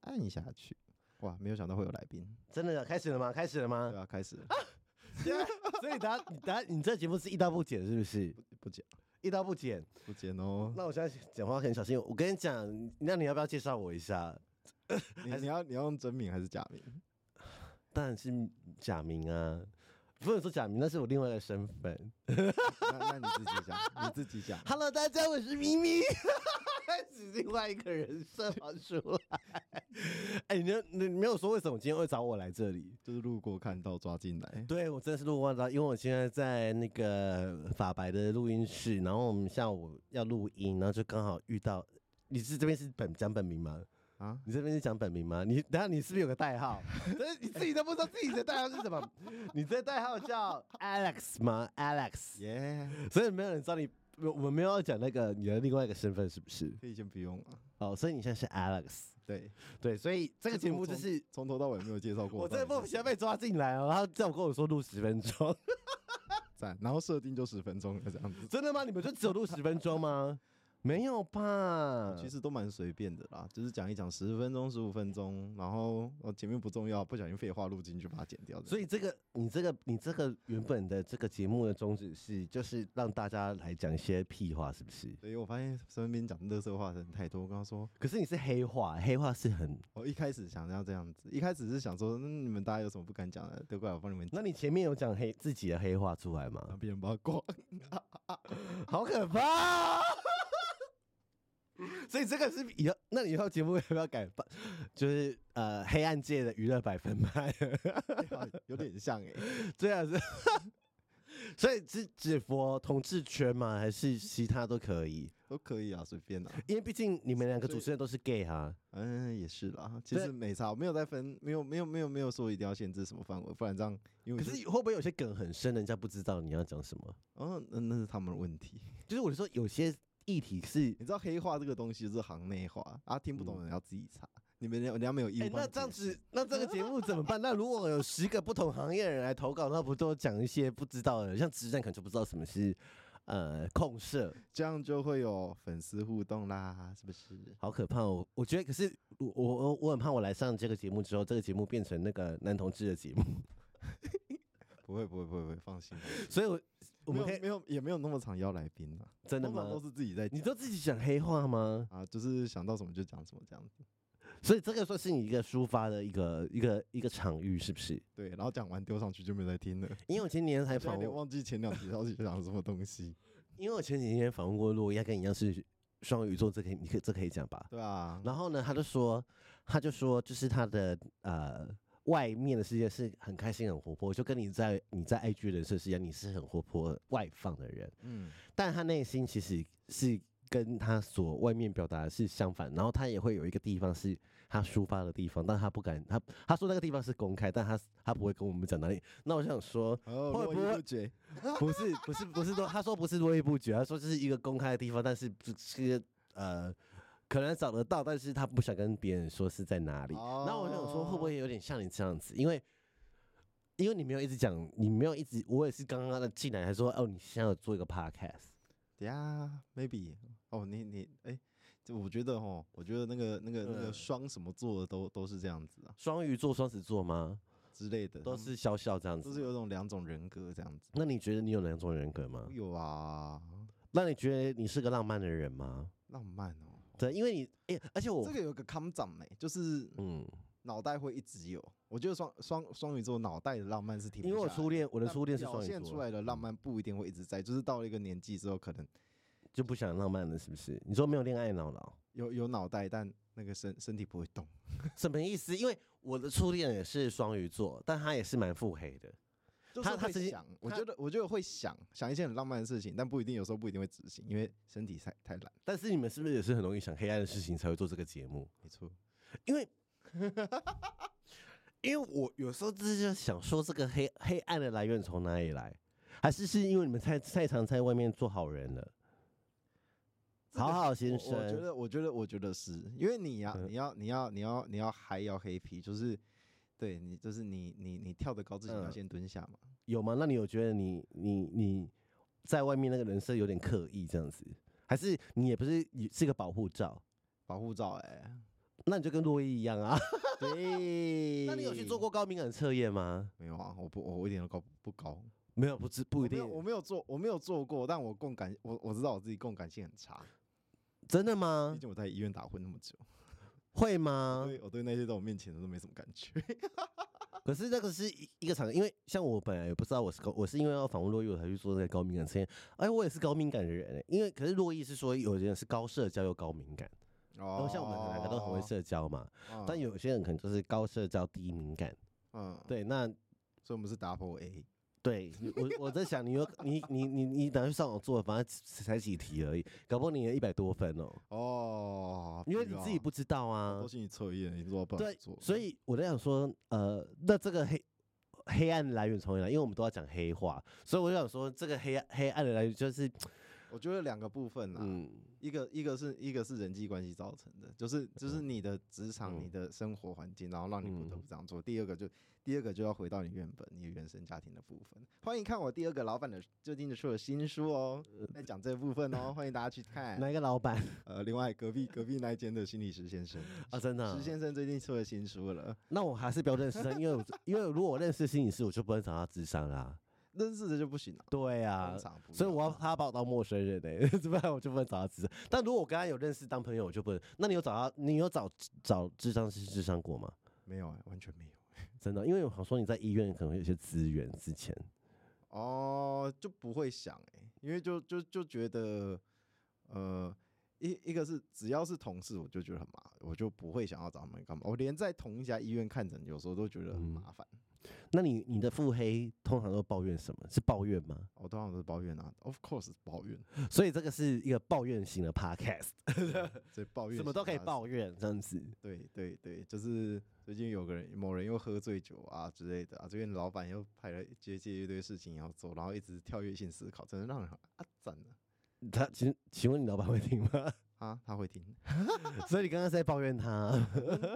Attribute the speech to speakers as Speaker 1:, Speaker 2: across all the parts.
Speaker 1: 看一下去。哇，没有想到会有来宾，
Speaker 2: 真的开始了吗？开始了
Speaker 1: 对
Speaker 2: 吗？
Speaker 1: 啊，开始了，
Speaker 2: 所以大家，你大家，你这节目是一刀不剪，是不是？
Speaker 1: 不剪
Speaker 2: 一刀不剪。
Speaker 1: 不剪哦。
Speaker 2: 那我现在讲话很小心。我跟你讲，那你要不要介绍我一下？
Speaker 1: 你你要你要用真名还是假名？
Speaker 2: 当然是假名啊，不能说假名，那是我另外的身份。
Speaker 1: 那那你自己讲，你自己讲。
Speaker 2: Hello，大家，我是咪咪。 是另外一个人设跑出来。哎、你你没有说为什么今天会找我来这里？
Speaker 1: 就是路过看到抓进来，
Speaker 2: 对，我真的是录忘到，因为我现在在那个法白的录音室，然后我们下午要录音，然后就刚好遇到。你是这边是本讲本名吗？
Speaker 1: 啊，
Speaker 2: 你这边是讲本名吗？你等下你是不是有个代号？但是你自己都不知道自己的代号是什么？你这代号叫 Alex 吗？Alex，
Speaker 1: 耶、
Speaker 2: 所以没有人知道你。我们没有要讲那个你的另外一个身份是不是？
Speaker 1: 可以先不用了。
Speaker 2: 哦，所以你现在是 Alex，
Speaker 1: 对，
Speaker 2: 对，所以这个节目就
Speaker 1: 从
Speaker 2: 是
Speaker 1: 从头到尾没有介绍过，
Speaker 2: 我真的
Speaker 1: 到
Speaker 2: 莫
Speaker 1: 底
Speaker 2: 名
Speaker 1: 是
Speaker 2: 其妙被抓进来哦了，然后叫我跟我说录十分钟，
Speaker 1: 赞，然后设定就十分钟了这样子，
Speaker 2: 真的吗？你们就只有录十分钟吗？没有吧？
Speaker 1: 其实都蛮随便的啦，就是讲一讲十分钟、十五分钟，然后哦前面不重要，不小心废话录进去把它剪掉。
Speaker 2: 所
Speaker 1: 以
Speaker 2: 以这个你这个你这个原本的这个节目的宗旨是，就是让大家来讲一些屁话，是不是？
Speaker 1: 所以我发现身边讲乐色话的人太多，我跟他说，
Speaker 2: 可是你是黑话，黑话是很……
Speaker 1: 我哦一开始想要这样子，一开始是想说，嗯、你们大家有什么不敢讲的，都过来我帮你们讲，
Speaker 2: 那你前面有讲黑自己的黑话出来吗
Speaker 1: 让？别人八卦。
Speaker 2: 好可怕、啊！ 所以这个是以后，那你以后节目要不要改版？就是呃，黑暗界的娱乐百分百，
Speaker 1: 有点像哎、
Speaker 2: 这样子。 所以是只佛同志圈吗？还是其他都可以？
Speaker 1: 都可以啊，随便啊。
Speaker 2: 因为毕竟你们两个主持人都是 gay 啊。
Speaker 1: 嗯，也是啦。其
Speaker 2: 对
Speaker 1: 实没差，没有在分，没有没有没有没有说一定要限制什么范围，不然这样，因为
Speaker 2: 可
Speaker 1: 我觉得
Speaker 2: 是会不会有些梗很深，人家不知道你要讲什么？
Speaker 1: 哦，那那是他们的问题。
Speaker 2: 就是我说有些议题是，
Speaker 1: 你知道黑话这个东西是行内话啊，听不懂的人要自己查，你们人家没有义务
Speaker 2: 嗯哎、
Speaker 1: 帮你解释。
Speaker 2: 那这样子，那这个节目怎么 办？那如果有十个不同行业的人来投稿，那不都讲一些不知道的？像直男可能就不知道什么是呃控射，
Speaker 1: 这样就会有粉丝互动啦，是不是？
Speaker 2: 好可怕哦！我觉得，可是我我我我很怕我来上这个节目之后，这个节目变成那个男同志的节目，
Speaker 1: 不会不会不会不会，放心，放心
Speaker 2: 所以我我们可
Speaker 1: 没有
Speaker 2: 以
Speaker 1: 没有也没有那么常邀来宾啊，
Speaker 2: 真的
Speaker 1: 通常
Speaker 2: 吗
Speaker 1: 都？是自己在
Speaker 2: 你
Speaker 1: 讲
Speaker 2: 都自己讲黑话吗？
Speaker 1: 啊，就是想到什么就讲什么这样子。
Speaker 2: 所以这个算是你一个抒发的一个一个一个场域，是不是？
Speaker 1: 对，然后讲完丢上去就没有再听了。
Speaker 2: 因啊为我前几天还
Speaker 1: 现在
Speaker 2: 访
Speaker 1: 有点
Speaker 2: 问，
Speaker 1: 忘记前两集到底讲什么东西，
Speaker 2: 因为我前几天访问过洛伊，他跟你一样是双鱼座，这可以，你可以这可以讲吧？
Speaker 1: 对啊，
Speaker 2: 然后呢，他就说，他就说，就是他的呃，外面的世界是很开心、很活泼，就跟你在你在 IG 人设是一样，你是很活泼、外放的人，
Speaker 1: 嗯，
Speaker 2: 但他内心其实是跟他所外面表达的是相反。然后他也会有一个地方是他抒发的地方，但他不敢，他他说那个地方是公开，但他他不会跟我们讲哪里。那我想说，
Speaker 1: 哦，
Speaker 2: 会
Speaker 1: 络
Speaker 2: 不
Speaker 1: 绎
Speaker 2: 会
Speaker 1: 不绝，
Speaker 2: 不是不是不是说，他说不是络绎不绝，他说这是一个公开的地方，但是不是呃，可能找得到，但是他不想跟别人说是在哪里。
Speaker 1: 哦
Speaker 2: 然后我就想说，会不会有点像你这样子？因为因为你没有一直讲，你没有一直，我也是刚刚的进来还说，哦，你现在有做一个 podcast，
Speaker 1: 等一下 maybe 哦，你你哎，就我觉得哦，我觉得那个那个那个
Speaker 2: 嗯
Speaker 1: 双什么座的都都是这样子啊
Speaker 2: 双鱼座、双子座吗？
Speaker 1: 之类的，
Speaker 2: 都
Speaker 1: 他们
Speaker 2: 是笑笑这样
Speaker 1: 都是
Speaker 2: 子。
Speaker 1: 有一种两种人格这样子。
Speaker 2: 那你觉得你有两种人格吗？
Speaker 1: 有啊，
Speaker 2: 那你觉得你是个浪漫的人吗？
Speaker 1: 浪漫哦。
Speaker 2: 对，因为你，哎、而且我
Speaker 1: 这，个有个 com 长呢，就是
Speaker 2: 嗯，
Speaker 1: 脑袋会一直有。我觉得双双双鱼座脑袋的浪漫是挺，
Speaker 2: 因为我初恋，
Speaker 1: 我
Speaker 2: 我的初恋是
Speaker 1: 表
Speaker 2: 双鱼
Speaker 1: 现
Speaker 2: 座
Speaker 1: 出，来的浪漫不一定会一直在，就是到了一个年纪之后，可能
Speaker 2: 就不想浪漫了，是不是？你说没有恋爱脑了，
Speaker 1: 有有脑袋，但那个身身体不会动。
Speaker 2: 什么意思？因为我的初恋也是双鱼座，但他也是蛮腹黑的。
Speaker 1: 就是
Speaker 2: 他他
Speaker 1: 会
Speaker 2: 直接
Speaker 1: 想，我
Speaker 2: 他
Speaker 1: 觉得我觉得会想想一些很浪漫的事情，但不一定有时候不一定会执行，因为身体太太懒。
Speaker 2: 但是你们是不是也是很容易想黑暗的事情才会做这个节目？
Speaker 1: 没错，
Speaker 2: 因为，因为我有时候就是在想说，这个黑黑暗的来源从哪里来？还是是因为你们太太常在外面做好人了？
Speaker 1: 个
Speaker 2: 好好
Speaker 1: 我
Speaker 2: 先
Speaker 1: 我觉
Speaker 2: 生，
Speaker 1: 得我觉得我觉得是因为你呀、
Speaker 2: 嗯
Speaker 1: 你要你要你要你要嗨要黑皮，就是对你就是你你你跳得高之前
Speaker 2: 嗯
Speaker 1: 要先蹲下嘛。
Speaker 2: 有吗？那你有觉得你你你在外面那个人设有点刻意这样子？还是你也不是你是个保护罩？
Speaker 1: 保护罩哎、
Speaker 2: 那你就跟洛伊一样啊。
Speaker 1: 对，
Speaker 2: 那你有去做？过高敏感测验吗？
Speaker 1: 没有啊，我不，我一点都高不高，
Speaker 2: 没有，不知不
Speaker 1: 我
Speaker 2: 一
Speaker 1: 没
Speaker 2: 定
Speaker 1: 有，。我没有做，我没有做过，但我共感，我我知道我自己共感性很差，
Speaker 2: 真的吗
Speaker 1: 毕？竟我在医院打混那么久，
Speaker 2: 会吗？
Speaker 1: 对，我对那些在我面前的都没什么感觉。
Speaker 2: 可是那个是一一个场合，因为像我本来也不知道我是高，我是因为要访问洛伊我才去做这个高敏感测验。哎，我也是高敏感的人、欸，因为可是洛伊是说有些人是高社交又高敏感，然后
Speaker 1: 哦
Speaker 2: 像我们 两个都很会社交嘛，
Speaker 1: 嗯
Speaker 2: 但有些人可能就是高社交低敏感。
Speaker 1: 嗯，
Speaker 2: 对，那
Speaker 1: 所以我们是 double A，
Speaker 2: 对我我在想，你有你你你你拿去上网做，反正才几题而已，搞不好你也一百多分哦，
Speaker 1: 哦，
Speaker 2: 因为你
Speaker 1: 啊
Speaker 2: 自己不知道啊
Speaker 1: 都。心理测验，你做不
Speaker 2: 对
Speaker 1: 能做，，
Speaker 2: 所以我在想说，呃，那这个黑黑暗来源从哪里来？因为我们都要讲黑话，所以我就想说，这个黑暗黑暗的来源就是，
Speaker 1: 啊我觉得两个部分啊啦，
Speaker 2: 嗯，
Speaker 1: 一个一个是一个是人际关系造成的，就是就是你的职场、
Speaker 2: 嗯
Speaker 1: 你的生活环境，然后让你不得
Speaker 2: 嗯
Speaker 1: 不这样做。第二个就第二个就要回到你原本你的原生家庭的部分。欢迎看我第二个老板的最近出的新书哦，
Speaker 2: 呃
Speaker 1: 在讲这部分哦，欢迎大家去看。
Speaker 2: 哪一个老板
Speaker 1: 呃，另外隔壁隔壁那一间的心理师先生，
Speaker 2: 啊？真的啊、
Speaker 1: 石先生最近出了新书了，
Speaker 2: 那我还是不要认识他，因为我因为如果我认识心理师，我就不能找他智商啦。
Speaker 1: 认识的就不行了、
Speaker 2: 对啊
Speaker 1: 通，常不
Speaker 2: 所以我要
Speaker 1: 啊
Speaker 2: 他把我当陌生人哎、怎么办？ 我就不能找他智商。但如果我跟他有认识当朋友，我就不能。那你有找他？你有找找智商师智商过吗？
Speaker 1: 没有、欸，完全没有。
Speaker 2: 真的，因为我想说你在医院可能会有一些资源，之前
Speaker 1: 哦，就不会想哎、因为就就就觉得，呃，一一个是只要是同事，我就觉得很麻烦，我就不会想要找他们干嘛。我连在同一家医院看诊，有时候都觉得很
Speaker 2: 嗯
Speaker 1: 麻烦。
Speaker 2: 那你你的腹黑通常都抱怨什么？是抱怨吗？
Speaker 1: 我哦通常都是抱怨啊，of course 是抱怨，
Speaker 2: 所以这个是一个抱怨型的 podcast，
Speaker 1: 所以抱怨
Speaker 2: 什么都
Speaker 1: 型
Speaker 2: 可以
Speaker 1: 啊。
Speaker 2: 抱怨这样子。
Speaker 1: 对对对，就是最近有个人某人又喝醉酒啊之类的啊，最近老板又排了接接一堆事情要做，然后一直跳跃性思考，真的让人很啊赞的
Speaker 2: 他请请问你老板会听 吗？
Speaker 1: 啊，他会听。
Speaker 2: 所以你刚刚是在抱怨他。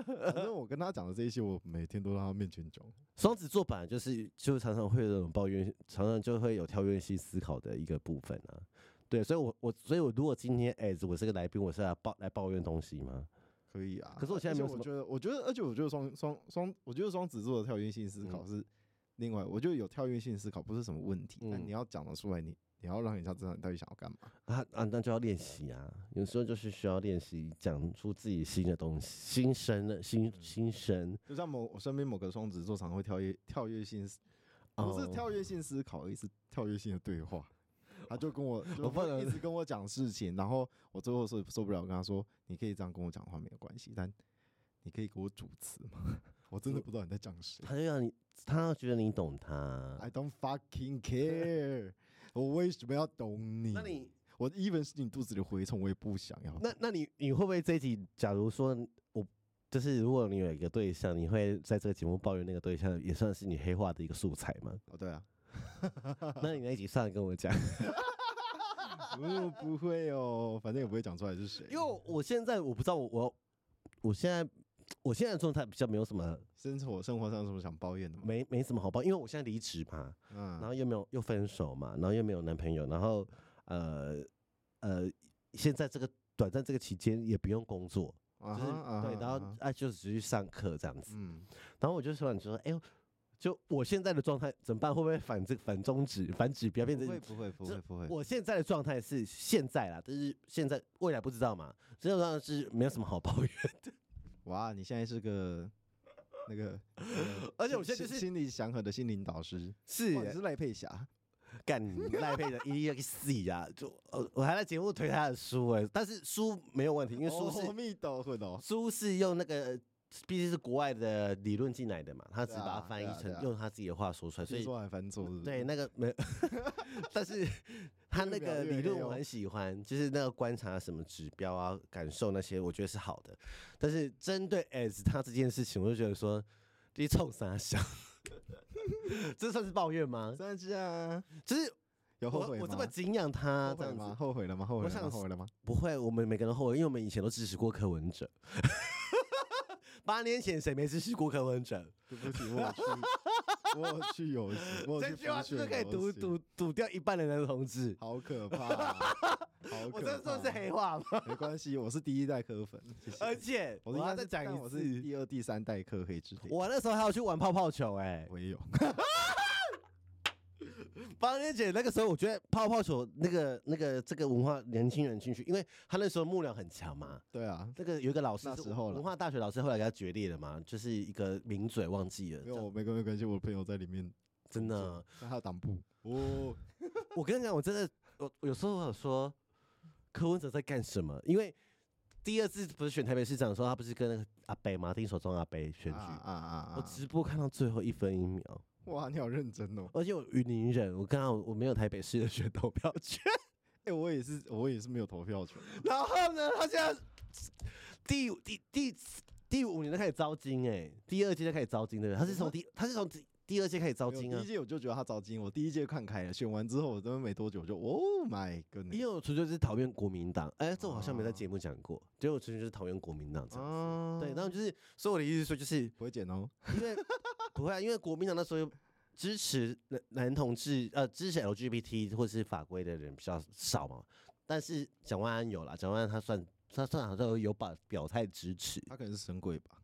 Speaker 1: 反正我跟他讲的这一些，我每天都在他面前讲。
Speaker 2: 双子座本来就是就常常会有这种抱怨，常常就会有跳跃性思考的一个部分啊。对，所以我我所以我如果今天哎、我是个来宾，我是来抱来抱怨东西吗？
Speaker 1: 可以啊。
Speaker 2: 可是我现在
Speaker 1: 而且
Speaker 2: 没有什么
Speaker 1: 我觉得，我觉得，而且我觉得双双双，我觉得双子座的跳跃性思考是另外，我觉得有跳跃性思考不是什么问题，但
Speaker 2: 嗯
Speaker 1: 你要讲得出来，你你要让人家知道你到底想要干嘛。
Speaker 2: 啊啊，那就要练习啊。有时候就是需要练习讲出自己新的东西、新生的新
Speaker 1: 嗯
Speaker 2: 新生。
Speaker 1: 就像某我身边某个双子座常会跳跃跳跃性思，不是
Speaker 2: 哦
Speaker 1: 跳跃性思考，而是跳跃性的对 话。他就跟我，就
Speaker 2: 我不
Speaker 1: 会
Speaker 2: 能
Speaker 1: 一直跟我讲事情，然后我最后受受不了，我跟他说：“你可以这样跟我讲话没有关系，但你可以给我主词吗？我真的不知道你在讲谁。”
Speaker 2: 他就要你，他要觉得你懂他。
Speaker 1: I don't fucking care，我 为什么要懂你？
Speaker 2: 那你
Speaker 1: 我 even 是你肚子里的蛔虫，我也不想要。
Speaker 2: 那那你你会不会这一集？假如说我就是，如果你有一个对象，你会在这个节目抱怨那个对象，也算是你黑化的一个素材 吗？
Speaker 1: 哦，对啊，
Speaker 2: 那你那一集上来跟我讲，
Speaker 1: 嗯，不会哦， 反正也不会讲出来是谁。
Speaker 2: 因为我我现在我不知道我我我现在我现在的状态比较没有什么
Speaker 1: 生活生活上有什么想抱怨的吗？
Speaker 2: 没没什么好报，因为我现在离职嘛，然
Speaker 1: 嗯，
Speaker 2: 后又没有又分手嘛，然后又没有男朋友，然后呃呃，现在这个短暂这个期间也不用工作，
Speaker 1: 啊
Speaker 2: 就是
Speaker 1: 哈啊
Speaker 2: 对，
Speaker 1: 哈
Speaker 2: 然
Speaker 1: 啊
Speaker 2: 后
Speaker 1: 哈
Speaker 2: 啊就只是去上课这样子。
Speaker 1: 嗯，
Speaker 2: 然后我就突然就说，哎呦，就我现在的状态怎么办？会不会反这反中指反指标变
Speaker 1: 不
Speaker 2: 成
Speaker 1: 会？不会不
Speaker 2: 这
Speaker 1: 会不会，
Speaker 2: 我现在的状态是现在啦，但是现在未来不知道嘛，这种状态是没有什么好抱怨。
Speaker 1: 哇，你现在是个那个，那个
Speaker 2: 而且我现在
Speaker 1: 心
Speaker 2: 就是
Speaker 1: 心里祥和的心灵导师，
Speaker 2: 是
Speaker 1: 哇你是赖佩霞，
Speaker 2: 干你赖佩的一个 C 呀，就呃我还在节目推他的书哎、但是书没有问题，因为书是、
Speaker 1: 哦密斗混哦，
Speaker 2: 书是用那个。毕竟是国外的理论进来的嘛，他只
Speaker 1: 对啊
Speaker 2: 把它翻译
Speaker 1: 对啊
Speaker 2: 成、
Speaker 1: 对啊
Speaker 2: 用他自己的话说出来，所
Speaker 1: 听
Speaker 2: 以
Speaker 1: 说还翻错是不是，
Speaker 2: 对，那 个没有，但是他那
Speaker 1: 越描
Speaker 2: 个
Speaker 1: 越
Speaker 2: 理论
Speaker 1: 黑
Speaker 2: 我
Speaker 1: 哦
Speaker 2: 很喜欢，就是那个观察什么指标啊、感受那些，我觉得是好的。但是针对 as 他这件事情，我就觉得说，你冲啥想？ 这算是抱怨吗？
Speaker 1: 真的这样啊，
Speaker 2: 就是
Speaker 1: 有后
Speaker 2: 我
Speaker 1: 悔吗？
Speaker 2: 我这么敬仰他
Speaker 1: 后
Speaker 2: 这
Speaker 1: 悔
Speaker 2: 样
Speaker 1: 吗？
Speaker 2: 子，
Speaker 1: 后悔了吗？后悔了
Speaker 2: 想
Speaker 1: 吗？后悔了吗？
Speaker 2: 不会，我们每个人后悔，因为我们以前都支持过柯文哲。 八年前谁没支持过柯文哲？
Speaker 1: 对不起，我有去，我有去游戏，我有去
Speaker 2: 这句话
Speaker 1: 风
Speaker 2: 是
Speaker 1: 雪
Speaker 2: 不是可以
Speaker 1: 游
Speaker 2: 堵
Speaker 1: 戏
Speaker 2: 堵堵掉一半的男同志？
Speaker 1: 好可怕啊，好可怕！啊
Speaker 2: 我这算是黑话吗？
Speaker 1: 没关系，我是第一代科粉，谢谢
Speaker 2: 而且
Speaker 1: 我
Speaker 2: 我
Speaker 1: 应
Speaker 2: 要
Speaker 1: 该
Speaker 2: 再
Speaker 1: 是
Speaker 2: 讲
Speaker 1: 但
Speaker 2: 一
Speaker 1: 我是
Speaker 2: 次，
Speaker 1: 第二、第三代科黑之类。
Speaker 2: 我那时候还有去玩泡泡球哎、
Speaker 1: 我也有，
Speaker 2: 八年姐那个时候，我觉得泡泡球那个那个这个文化年轻人进去，因为他那时候幕僚很强嘛。
Speaker 1: 对啊，
Speaker 2: 那个有一个老师
Speaker 1: 那
Speaker 2: 是
Speaker 1: 时候啦
Speaker 2: 文化大学老师，后来给他决裂了嘛，就是一个名嘴忘记
Speaker 1: 没有
Speaker 2: 了，
Speaker 1: 我没关没关系，我朋友在里面，
Speaker 2: 真的。
Speaker 1: 在他的党部。哦，
Speaker 2: 我跟你讲，我真的，我我有时候我说柯文哲在干什么？因为第二次不是选台北市长的时候，他不是跟那个阿北吗？丁守中阿北选举，
Speaker 1: 啊啊啊！啊
Speaker 2: 我直播看到最后一分一秒，
Speaker 1: 哇，你好认真哦。
Speaker 2: 而且我云林人，我刚好我没有台北市的选投票权，
Speaker 1: 哎，我也是，我也是没有投票权。
Speaker 2: 然后呢，他现在第五第第第五年就开始招金哎、第二届就开始招金对不对？他是从第他是从第第二届开始招
Speaker 1: 没有
Speaker 2: 金啊
Speaker 1: 第一。届我就觉得他招金，我第一届看开了，选完之后我真的没多久我就，Oh my
Speaker 2: 因
Speaker 1: goodness！
Speaker 2: 为我纯粹就是讨厌国民党，哎、这我好像没在
Speaker 1: 哦
Speaker 2: 节目讲过，结果我纯粹就是讨厌国民党这样子。
Speaker 1: 啊
Speaker 2: 对，然后就是，所以我的意思是说，就是
Speaker 1: 不会剪哦。
Speaker 2: 因为不会、啊，因为国民党那时候支持男男同志，呃，支持 LGBT 或是法规的人比较少嘛。但是蒋万安有啦，蒋万安他算他算好像有有把表态支持，
Speaker 1: 他可能是神鬼吧，哎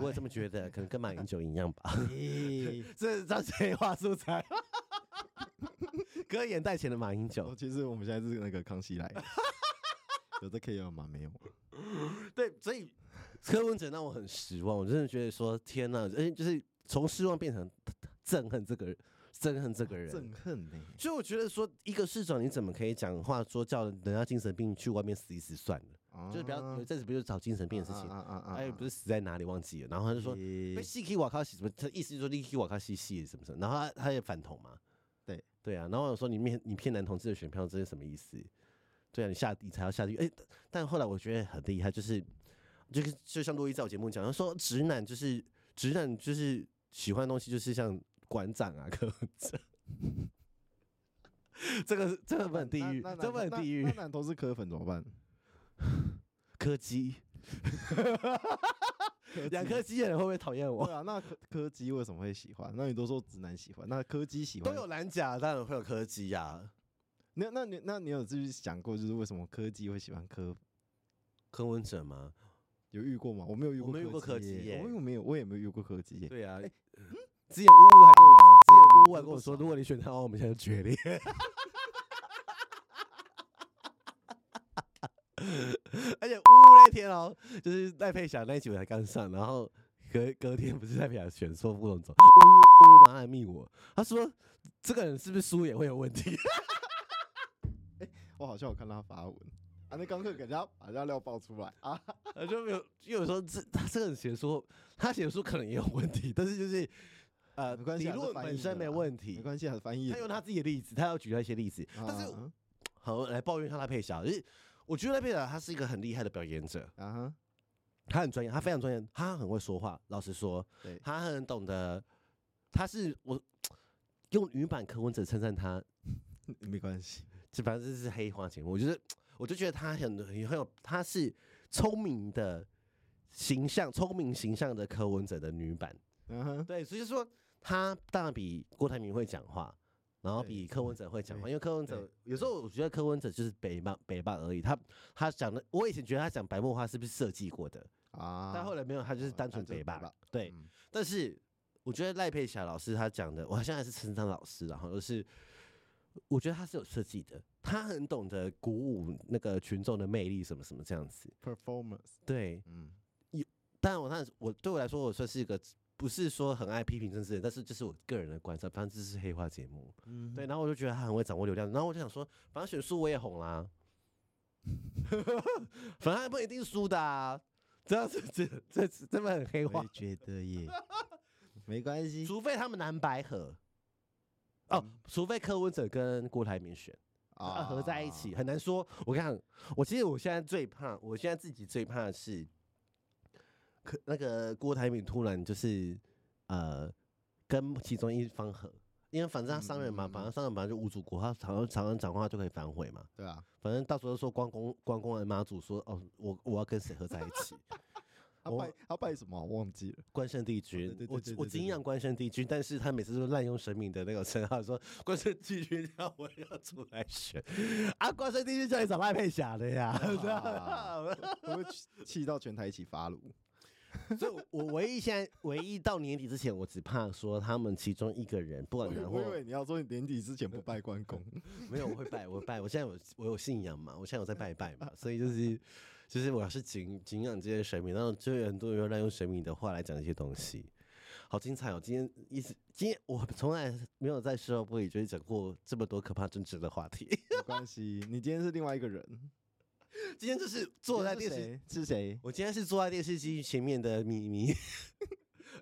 Speaker 2: 我也这么 觉得，可能跟马英九一样吧。
Speaker 1: 咦
Speaker 2: 这张谁画素 材？割眼袋前的马英
Speaker 1: 哦，
Speaker 2: 九，
Speaker 1: 其实我们现在是那个康熙来了，有这 K 二吗？没有。
Speaker 2: 对，所以柯文哲让我很失望，我真的觉得说天呐，而且就是从失望变成憎恨这个人，憎恨这个人，
Speaker 1: 憎恨呢、
Speaker 2: 所以我觉得说，一个市长你怎么可以讲话说叫人家精神病去外面死一死算了？就是不要
Speaker 1: 嗯
Speaker 2: 有一阵子不就找精神病的事情，
Speaker 1: 啊啊啊！
Speaker 2: 哎，不
Speaker 1: 是，
Speaker 2: 是死在哪里忘记了，然后他就说被
Speaker 1: 咦
Speaker 2: 西基瓦卡西什么，他意思就是说利基瓦卡西西什么什么，然后他他也反同嘛，
Speaker 1: 对
Speaker 2: 对啊，然后我说你骗你骗男同志的选票，这是什么意思？对啊，你下你才要下地狱，哎，但但后来我觉得很厉害，就是就是就像洛伊在我节目讲，他说直男就是直男就是喜欢的东西就是像馆长 啊、柯文哲。这个这个很地狱
Speaker 1: 那，那
Speaker 2: 这
Speaker 1: 男
Speaker 2: 很
Speaker 1: 那
Speaker 2: 地狱
Speaker 1: 那。男同是科粉怎么 办？
Speaker 2: 柯基，养柯基的人会不会讨厌 我？
Speaker 1: 对啊，那柯柯基为什么会喜欢？那你都说直男喜欢，那柯基喜
Speaker 2: 都
Speaker 1: 欢
Speaker 2: 啊有蓝甲，当然会有柯基啊呀、
Speaker 1: 那那你那你有自己想过，就是为什么柯基会喜欢柯？
Speaker 2: 柯文哲吗？
Speaker 1: 有遇过吗？我没有遇
Speaker 2: 我
Speaker 1: 过，
Speaker 2: 没有遇过柯基耶
Speaker 1: 耶，我也没有，我也没有遇过柯基耶。
Speaker 2: 对啊，之前呜呜还跟我，之前呜呜还跟我说，如果你选他，我们现在就决裂。 而且呜呜那天哦，就是赖佩霞那一集我才刚上，然后隔隔天不是赖佩霞选说副总总，呜呜呜马上来密我，他说这个人是不是输也会有问题？
Speaker 1: 我好像有看他发文啊，那刚克给人家把人家料爆出 来啊，
Speaker 2: 我就没有，因为有时候这他这个写说，他写书可能也有问题，但是就是呃，
Speaker 1: 没关系
Speaker 2: 理
Speaker 1: 啊这
Speaker 2: 论
Speaker 1: 翻
Speaker 2: 本
Speaker 1: 译
Speaker 2: 身
Speaker 1: 的
Speaker 2: 没
Speaker 1: 啦
Speaker 2: 问题
Speaker 1: 没，关系啊，翻译
Speaker 2: 他用他自己的例子，他要举到一些例子，但是
Speaker 1: 啊
Speaker 2: 好来抱怨一下赖佩霞，就是我觉得赖佩霞她是一个很厉害的表演者，
Speaker 1: 啊哈
Speaker 2: 她很专业，她非常专业，她很会说话。老实说
Speaker 1: 对，
Speaker 2: 她很懂得，她是我用女版柯文哲称赞她，
Speaker 1: 没关系，
Speaker 2: 这反正这是黑化节目，我觉得我就觉得她很很很有，她是聪明的形象，聪明形象的柯文哲的女版。
Speaker 1: 嗯哼，
Speaker 2: 对，所以说他当然比郭台铭会讲话，然后
Speaker 1: 对
Speaker 2: 比柯文哲会讲话，
Speaker 1: 对
Speaker 2: 因为柯文哲 有时候我觉得柯文哲就是北棒北棒而已，他他讲的，我以前觉得他讲白沫话是不是设计过的，
Speaker 1: 啊，
Speaker 2: 但后来没有，他就是
Speaker 1: 哦
Speaker 2: 单
Speaker 1: 他
Speaker 2: 纯
Speaker 1: 就是
Speaker 2: 北
Speaker 1: 北
Speaker 2: 棒
Speaker 1: 棒。
Speaker 2: 对，
Speaker 1: 嗯
Speaker 2: 但是我觉得赖佩霞老师她讲的，我现在还是称赞老师，然后就是我觉得他是有设计的，他很懂得鼓舞那个群众的魅力，什么什么这样子。
Speaker 1: performance，
Speaker 2: 对，
Speaker 1: 嗯，
Speaker 2: 但我那我对我来说，我算是一个不是说很爱批评政治人，但是就是我个人的观察，反正这是黑化节目，
Speaker 1: 嗯
Speaker 2: 对。然后我就觉得他很会掌握流量，然后我就想说，反正选输我也红啦， 反正他不一定输的啊，这样子这这这真的很黑
Speaker 1: 我
Speaker 2: 化
Speaker 1: 也，觉得耶，没关系。
Speaker 2: 除非他们蓝白合。哦
Speaker 1: 嗯，
Speaker 2: 除非柯文哲跟郭台铭选啊合在一起，很难说。我跟你讲，我其实我现在最怕，我现在自己最怕的是，可那个郭台铭突然就是呃跟其中一方合，因为反正他商人嘛，
Speaker 1: 嗯嗯嗯
Speaker 2: 反正商人本来就无主国，他常常常常讲话就可以反悔嘛。
Speaker 1: 对啊，
Speaker 2: 反正到时候说关公关公的妈祖说哦，我我要跟谁合在一起，
Speaker 1: 他
Speaker 2: 我
Speaker 1: 拜他拜什么啊、我忘记了。
Speaker 2: 关圣帝
Speaker 1: 对
Speaker 2: 君，
Speaker 1: 对对对
Speaker 2: 我我
Speaker 1: 对
Speaker 2: 敬
Speaker 1: 对
Speaker 2: 仰关圣帝君，但是他每次都滥用神明的那个称号，说关圣帝君让我要出来选啊，关圣帝君叫你找赖佩霞的呀， 对啊
Speaker 1: 啊会不会气气到全台一起发怒？
Speaker 2: 所以我唯一现在唯一到年底之前，我只怕说他们其中一个人，不
Speaker 1: 我
Speaker 2: 管
Speaker 1: 以
Speaker 2: 男
Speaker 1: 我以
Speaker 2: 或
Speaker 1: 为你要说你年底之前不拜关公，
Speaker 2: 没有，我会拜，我会拜。我现在有我有信仰嘛，我现在有在拜拜嘛，所以就是就是我是敬敬仰这些神明，然后就有很多人滥用神明的话来讲一些东西，好精彩哦！今天一直今天我从来没有在事后不理就是讲过这么多可怕政治的话题，
Speaker 1: 没关系。你今天是另外一个人，
Speaker 2: 今天就是坐在
Speaker 1: 今天
Speaker 2: 电
Speaker 1: 是谁
Speaker 2: 视，
Speaker 1: 是谁？
Speaker 2: 我今天是坐在电视机前面的米米，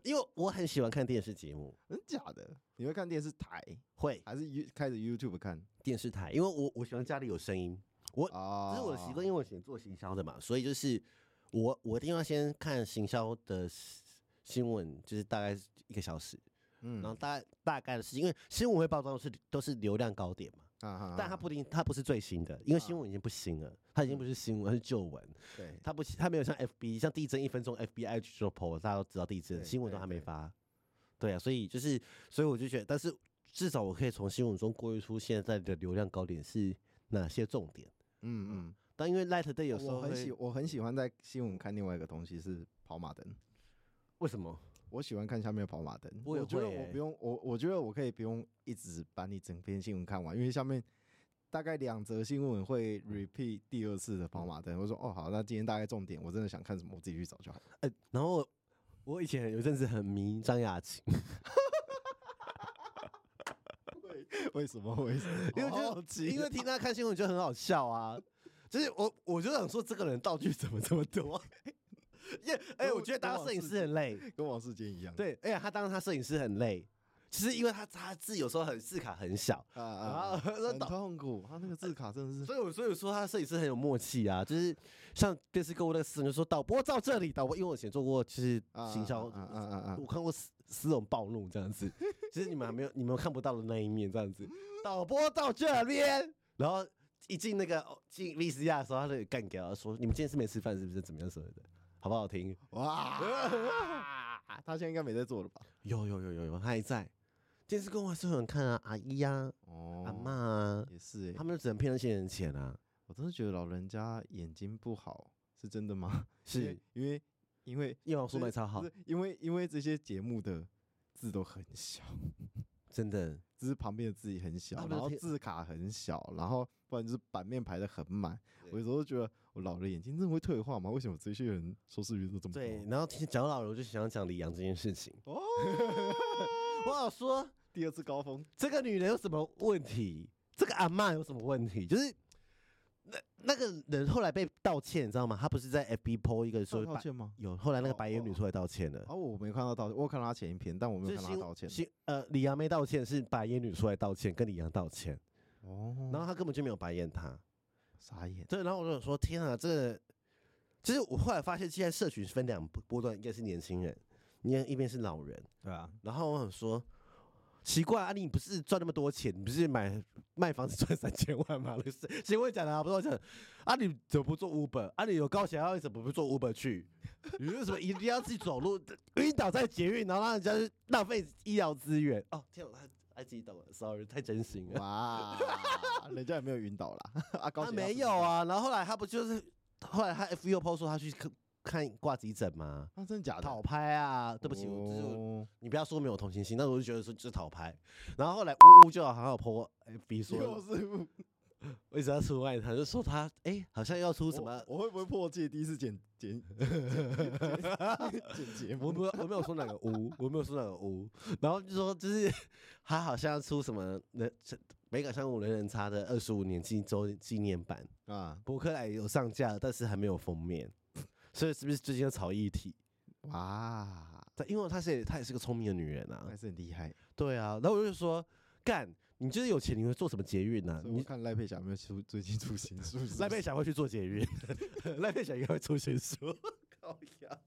Speaker 2: 因为我很喜欢看电视节目，
Speaker 1: 真假的？你会看电视台
Speaker 2: 会
Speaker 1: 还是 You 开始 YouTube 看
Speaker 2: 电视台，因为我我喜欢家里有声音，我
Speaker 1: 啊？
Speaker 2: 这是我的习惯，因为我以前做行销的嘛，所以就是我我一定要先看行销的 s- 新闻，就是大概一个小时，
Speaker 1: 嗯
Speaker 2: 然后大概大概的是因为新闻会报道的是都是流量高点嘛，
Speaker 1: 啊
Speaker 2: 但它不一定它不是最新的，因为新闻已经不新了，它已经不是新闻，它是旧闻，
Speaker 1: 对，
Speaker 2: 它不它没有像 FB 像地震一分钟 FBI 去做 PO，大家都知道地震
Speaker 1: 对
Speaker 2: 新闻
Speaker 1: 对
Speaker 2: 都还没
Speaker 1: 对
Speaker 2: 发，对啊，所以就是所以我就觉得，但是至少我可以从新闻中过滤出现在的流量高点是哪些重点。
Speaker 1: 嗯嗯。
Speaker 2: 但因为 Light Day 有时候
Speaker 1: 我很
Speaker 2: 会
Speaker 1: 喜我很喜欢在新闻看另外一个东西是跑马灯，
Speaker 2: 为什么？
Speaker 1: 我喜欢看下面的跑马灯。
Speaker 2: 我也
Speaker 1: 觉得
Speaker 2: 会
Speaker 1: 我
Speaker 2: 欸
Speaker 1: 不用我我觉得我可以不用一直把你整篇新闻看完，因为下面大概两则新闻会 repeat 第二次的跑马灯。我说哦好，那今天大概重点，我真的想看什么，我自己去找就好了。
Speaker 2: 呃，然后我我以前有一阵子很迷张雅琴，
Speaker 1: 为什么？为什么？
Speaker 2: 因为
Speaker 1: 好
Speaker 2: 就
Speaker 1: 好
Speaker 2: 是
Speaker 1: 奇
Speaker 2: 哦因为听她看新闻就很好笑啊， 就是我我就想说这个人道具怎么这么多？ 因为哎、
Speaker 1: 跟我
Speaker 2: 我觉得当摄影师很累，
Speaker 1: 跟王世坚一样。
Speaker 2: 对，哎、呀，他当他摄影师很累，其实因为他他字有时候很字卡很小，
Speaker 1: 啊
Speaker 2: 啊
Speaker 1: 啊，很痛苦。他那个字卡真的是
Speaker 2: 所以我所以我说他摄影师很有默契啊，就是像电视购物那个私人就说导播照这里，导播因为我以前做过就是
Speaker 1: 啊
Speaker 2: 行销，
Speaker 1: 啊啊啊啊啊
Speaker 2: 我看过私私人暴怒这样子， 其实你们还没有你们看不到的那一面这样 子，导播到这边，然后一进那个哦进 VCR 的时候，他就干掉，他说你们今天是没吃饭是不是？怎么样什么的，好不好听？
Speaker 1: 哇！他现在应该没在做了吧？
Speaker 2: 有有有有有，他还在电视购物还是很有人看啊，阿姨啊，
Speaker 1: 哦
Speaker 2: 阿嬷啊，
Speaker 1: 也是
Speaker 2: 他
Speaker 1: 哎，
Speaker 2: 们就只能骗那些人钱啊，
Speaker 1: 我真的觉得老人家眼睛不好是真的 吗？
Speaker 2: 是
Speaker 1: 因为因为
Speaker 2: 夜王说卖超好
Speaker 1: 不，是因为因为这些节目的字都很小，
Speaker 2: 真的。
Speaker 1: 只是旁边的字也很
Speaker 2: 他
Speaker 1: 小，
Speaker 2: 们
Speaker 1: 然
Speaker 2: 哦的
Speaker 1: 后
Speaker 2: 贴
Speaker 1: 字卡很小，然后不然就是版面排的很满。
Speaker 2: 对
Speaker 1: 我有时候觉得我老了眼睛真的会退化吗？为什么这些人收视率都这么高？
Speaker 2: 对，然后其实讲到老人，我就想讲李阳这件事情。
Speaker 1: 哦，
Speaker 2: 我想说，
Speaker 1: 第二次高峰，
Speaker 2: 这个女人有什么问题？这个阿嬷有什么问题？就是那那个人后来被道歉，你知道吗？她不是在 FB PO 一个
Speaker 1: 他
Speaker 2: 说
Speaker 1: 有道
Speaker 2: 白
Speaker 1: 歉吗？
Speaker 2: 有，后来那个
Speaker 1: 哦
Speaker 2: 白眼女
Speaker 1: 哦
Speaker 2: 出来道歉了。
Speaker 1: 哦，我没看到道歉，我有看到他前一篇，但我没
Speaker 2: 就
Speaker 1: 有
Speaker 2: 是
Speaker 1: 看到
Speaker 2: 新
Speaker 1: 他道歉。
Speaker 2: 新呃，李阳没道歉，是白眼女出来道歉，跟李阳道歉，
Speaker 1: 哦，
Speaker 2: 然后她根本就没有白眼他。
Speaker 1: 傻眼，
Speaker 2: 对，然后我就想说，天啊，这个其实我后来发现，现在社群分两波段，一个是年轻人，一个一边是老人。
Speaker 1: 对啊，
Speaker 2: 然后我想说，奇怪啊，你不是赚那么多钱，你不是买卖房子赚三千万吗？谁谁会讲的啊？不是我讲，啊，你怎么不做 Uber？啊，你有高血压，你怎么不做 Uber 去？你为什么一定要自己走路，晕倒在捷运，然后让人家去浪费医疗资源？哦，天啊，他他自己懂了，sorry，太真心了。
Speaker 1: 哇，人家也没有晕倒啦， 啊，高
Speaker 2: 他
Speaker 1: 血压
Speaker 2: 没
Speaker 1: 是
Speaker 2: 有
Speaker 1: 晕倒，
Speaker 2: 啊，然后后来他不就是后来他 F U PO 说他去看看挂急诊吗？
Speaker 1: 啊，真的假的？
Speaker 2: 讨拍啊，对不起，我就是
Speaker 1: 哦
Speaker 2: 你不要说没有同情心，但是我就觉得说就是讨拍。然后后来呜呜就好像有 PO FB
Speaker 1: 又
Speaker 2: 说，
Speaker 1: 是
Speaker 2: 为什么要出外他就说他哎、好像要出什么，
Speaker 1: 我？我会不会破戒？第一次剪剪剪 剪节
Speaker 2: 我
Speaker 1: 目？
Speaker 2: 没有我没有说哪个呜，我没有说哪个呜，然后就说就是他好像要出什么人美感上五人人差的二十五年纪周纪念版，
Speaker 1: 啊，
Speaker 2: 博客来有上架，但是还没有封面，所以是不是最近要炒议题？
Speaker 1: 哇，
Speaker 2: 她因为她是她也是个聪明的女人啊
Speaker 1: 还，是很厉害。
Speaker 2: 对啊，然后我就说，干，你就是有钱，你会做什么捷运呢、啊？
Speaker 1: 所以我
Speaker 2: 你
Speaker 1: 看赖佩霞有没有出最近出 新书，是不是
Speaker 2: 赖佩霞会去做捷 运，赖佩霞应该会出新 书，高呀。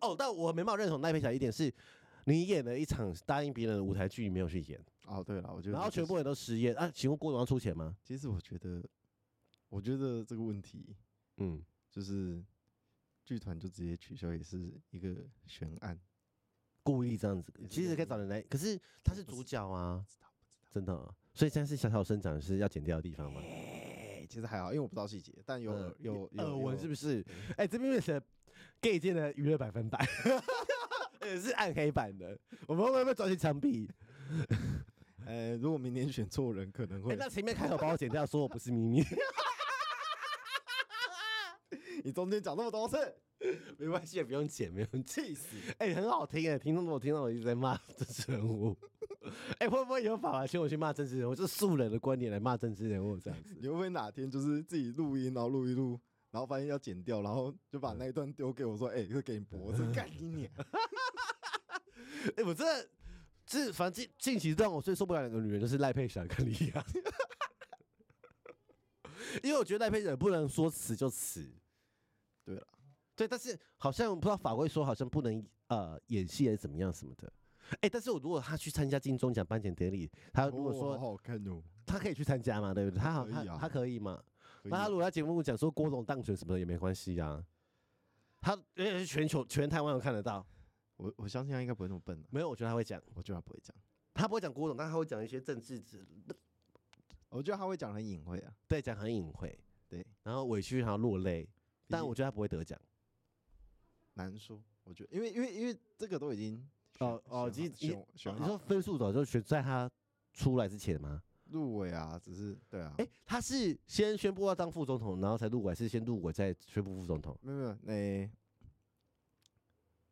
Speaker 2: 哦，但我没办法认同赖佩霞一点是，你演了一场答应别人的舞台剧，你没有去演，
Speaker 1: 哦，对了，我觉得
Speaker 2: 然后
Speaker 1: 这
Speaker 2: 全部
Speaker 1: 是
Speaker 2: 人都失业啊？请问郭董要出钱吗？
Speaker 1: 其实我觉得，我觉得这个问题
Speaker 2: 嗯，
Speaker 1: 就是剧团就直接取消，也是一个悬案。
Speaker 2: 故意这样子
Speaker 1: 也，是
Speaker 2: 其实可以
Speaker 1: 故
Speaker 2: 找人来，可是他是
Speaker 1: 不
Speaker 2: 主
Speaker 1: 是
Speaker 2: 角啊
Speaker 1: 不，知道，不知道。
Speaker 2: 真的啊。所以现在是小小生长是要剪掉的地方吗？
Speaker 1: 哎、其实还好，因为我不知道细节，但有、
Speaker 2: 嗯
Speaker 1: 有有
Speaker 2: 耳闻是不
Speaker 1: 是？
Speaker 2: 是？哎、这边变成 gay 界的娱乐百 分百，呃，是暗黑版的。我们会不会抓去枪毙？
Speaker 1: 呃，如果明年选错人，可能
Speaker 2: 哎、
Speaker 1: 会。
Speaker 2: 那前面开头把我剪掉，说我不是咪咪，
Speaker 1: 你中间讲那么多次，
Speaker 2: 没关系，不用剪，没有气
Speaker 1: 死！
Speaker 2: 哎、很好听哎、听众我听到我一直在骂政治人 物。哎、会不会有法来请我去骂政治人物？就是素人的观点来骂政治人物这样子？
Speaker 1: 你会不会哪天就是自己录音，然后录一录，然后发现要剪掉，然后就把那一段丢给我说：“哎、这给你播， 这干你娘
Speaker 2: 哎、我真的，这反正近近期让我最受不了两个女人就是赖佩霞跟李阳， 因为我觉得赖佩霞不能说辞就辞。
Speaker 1: 对了，
Speaker 2: 对，但是好像不知道法规说好像不能呃演戏还是怎么样什么的。哎、但是我如果他去参加金钟奖颁奖典礼，！”他如果
Speaker 1: 哦好
Speaker 2: 说
Speaker 1: 好看哦，
Speaker 2: 他可以去参加嘛，对不对？他好
Speaker 1: 可以
Speaker 2: 他
Speaker 1: 啊
Speaker 2: 他可以嘛？
Speaker 1: 可以
Speaker 2: 那他如果在节目讲说郭董当选什么的也没关系啊。他而且是全球全台湾有看得到，
Speaker 1: 我我相信他应该不会那么笨、啊，
Speaker 2: 没有？我觉得他会讲，
Speaker 1: 我觉得他不会讲，
Speaker 2: 他不会讲郭董，但他会讲一些政治之
Speaker 1: 我觉得他会讲得很隐晦啊。
Speaker 2: 对，讲很隐晦，
Speaker 1: 对，
Speaker 2: 然后委屈，然后落泪，但
Speaker 1: 毕竟
Speaker 2: 我觉得他不会得奖。
Speaker 1: 难说，我觉得，因为因为因为这个都已经
Speaker 2: 哦
Speaker 1: 选
Speaker 2: 哦，
Speaker 1: 选
Speaker 2: 已
Speaker 1: 好
Speaker 2: 经
Speaker 1: 选选
Speaker 2: 你
Speaker 1: 好
Speaker 2: 说分数早就选在他出来之前吗？
Speaker 1: 入围啊，只是对啊，
Speaker 2: 哎、他是先宣布要当副总统，然后才入围，是先入围再宣布副总统？
Speaker 1: 没有没有，那、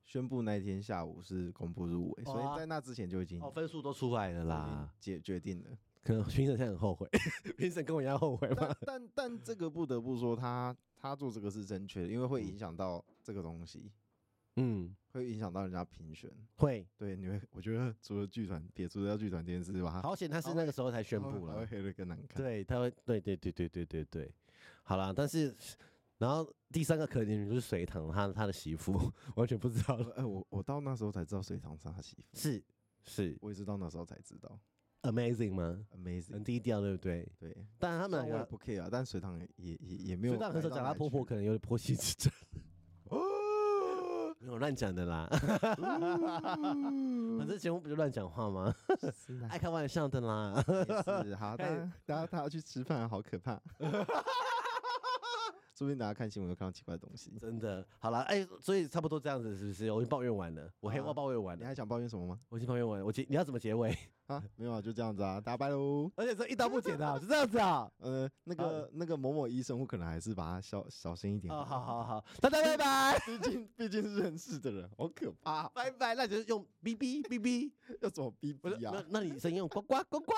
Speaker 1: 宣布那一天下午是公布入围，所
Speaker 2: 哦啊
Speaker 1: 以在那之前就已经、
Speaker 2: 哦，分数都出来了啦，
Speaker 1: 就已经决决定了。
Speaker 2: 可能评审现在很后悔， 评审跟我一样后悔吧
Speaker 1: 但？但但这个不得不说他，他做这个是正确的，因为会影响到这个东西，
Speaker 2: 嗯，
Speaker 1: 会影响到人家评选。
Speaker 2: 会，
Speaker 1: 对，你会我觉得除了剧团，撇除掉剧团这件事吧，
Speaker 2: 好险他是那个时候才宣
Speaker 1: 他会
Speaker 2: 布
Speaker 1: 他
Speaker 2: 了
Speaker 1: 会，黑的更难看。
Speaker 2: 对，他会，对对对对对对对，好啦，但是。然后第三个可怜就是隋唐，他他的媳妇 完全不知道
Speaker 1: 呃，
Speaker 2: 了，
Speaker 1: 哎、我我到那时候才知道隋唐是他媳妇，
Speaker 2: 是是
Speaker 1: 我也是到那时候才知道
Speaker 2: amazing 吗？很
Speaker 1: ，amazing。
Speaker 2: 低调，对不对？
Speaker 1: 对，
Speaker 2: 但他
Speaker 1: 他
Speaker 2: 们两
Speaker 1: 我也
Speaker 2: 个，
Speaker 1: 不 care 啊，但隋唐也也也也没有啊来到哪里
Speaker 2: 就当很
Speaker 1: 去。
Speaker 2: 少讲她婆婆可能有点婆媳之 争，
Speaker 1: 哦，
Speaker 2: 没有乱讲的啦。反正节目不就乱讲话吗？
Speaker 1: 是 的
Speaker 2: 爱开玩笑的啦。
Speaker 1: 哎也是 好，大
Speaker 2: 哎
Speaker 1: 家大家大家去吃饭，啊好可怕。 说不定大家看新闻有看到奇怪的东西。
Speaker 2: 真的，好啦，哎、所以差不多这样子，是不是？我已经抱怨完了，我黑
Speaker 1: 好
Speaker 2: 话
Speaker 1: 啊
Speaker 2: 抱怨完
Speaker 1: 你
Speaker 2: 了，
Speaker 1: 还想抱怨什么吗？
Speaker 2: 我已经抱怨完了。我结，你要怎么结尾？
Speaker 1: 啊，没有啊，就这样子啊，大家拜喽。
Speaker 2: 而且这一刀不剪的啊，就这样子 啊。
Speaker 1: 呃，那个那个某某医生，我可能还是把他小小心一点。
Speaker 2: 哦，好，好好，大家拜拜，
Speaker 1: 毕竟毕竟是认识的人，好可怕，
Speaker 2: 拜拜。那就是用哔哔哔哔，
Speaker 1: 要怎么逼
Speaker 2: 不是？
Speaker 1: 逼啊
Speaker 2: 那？那你声音用呱呱呱呱。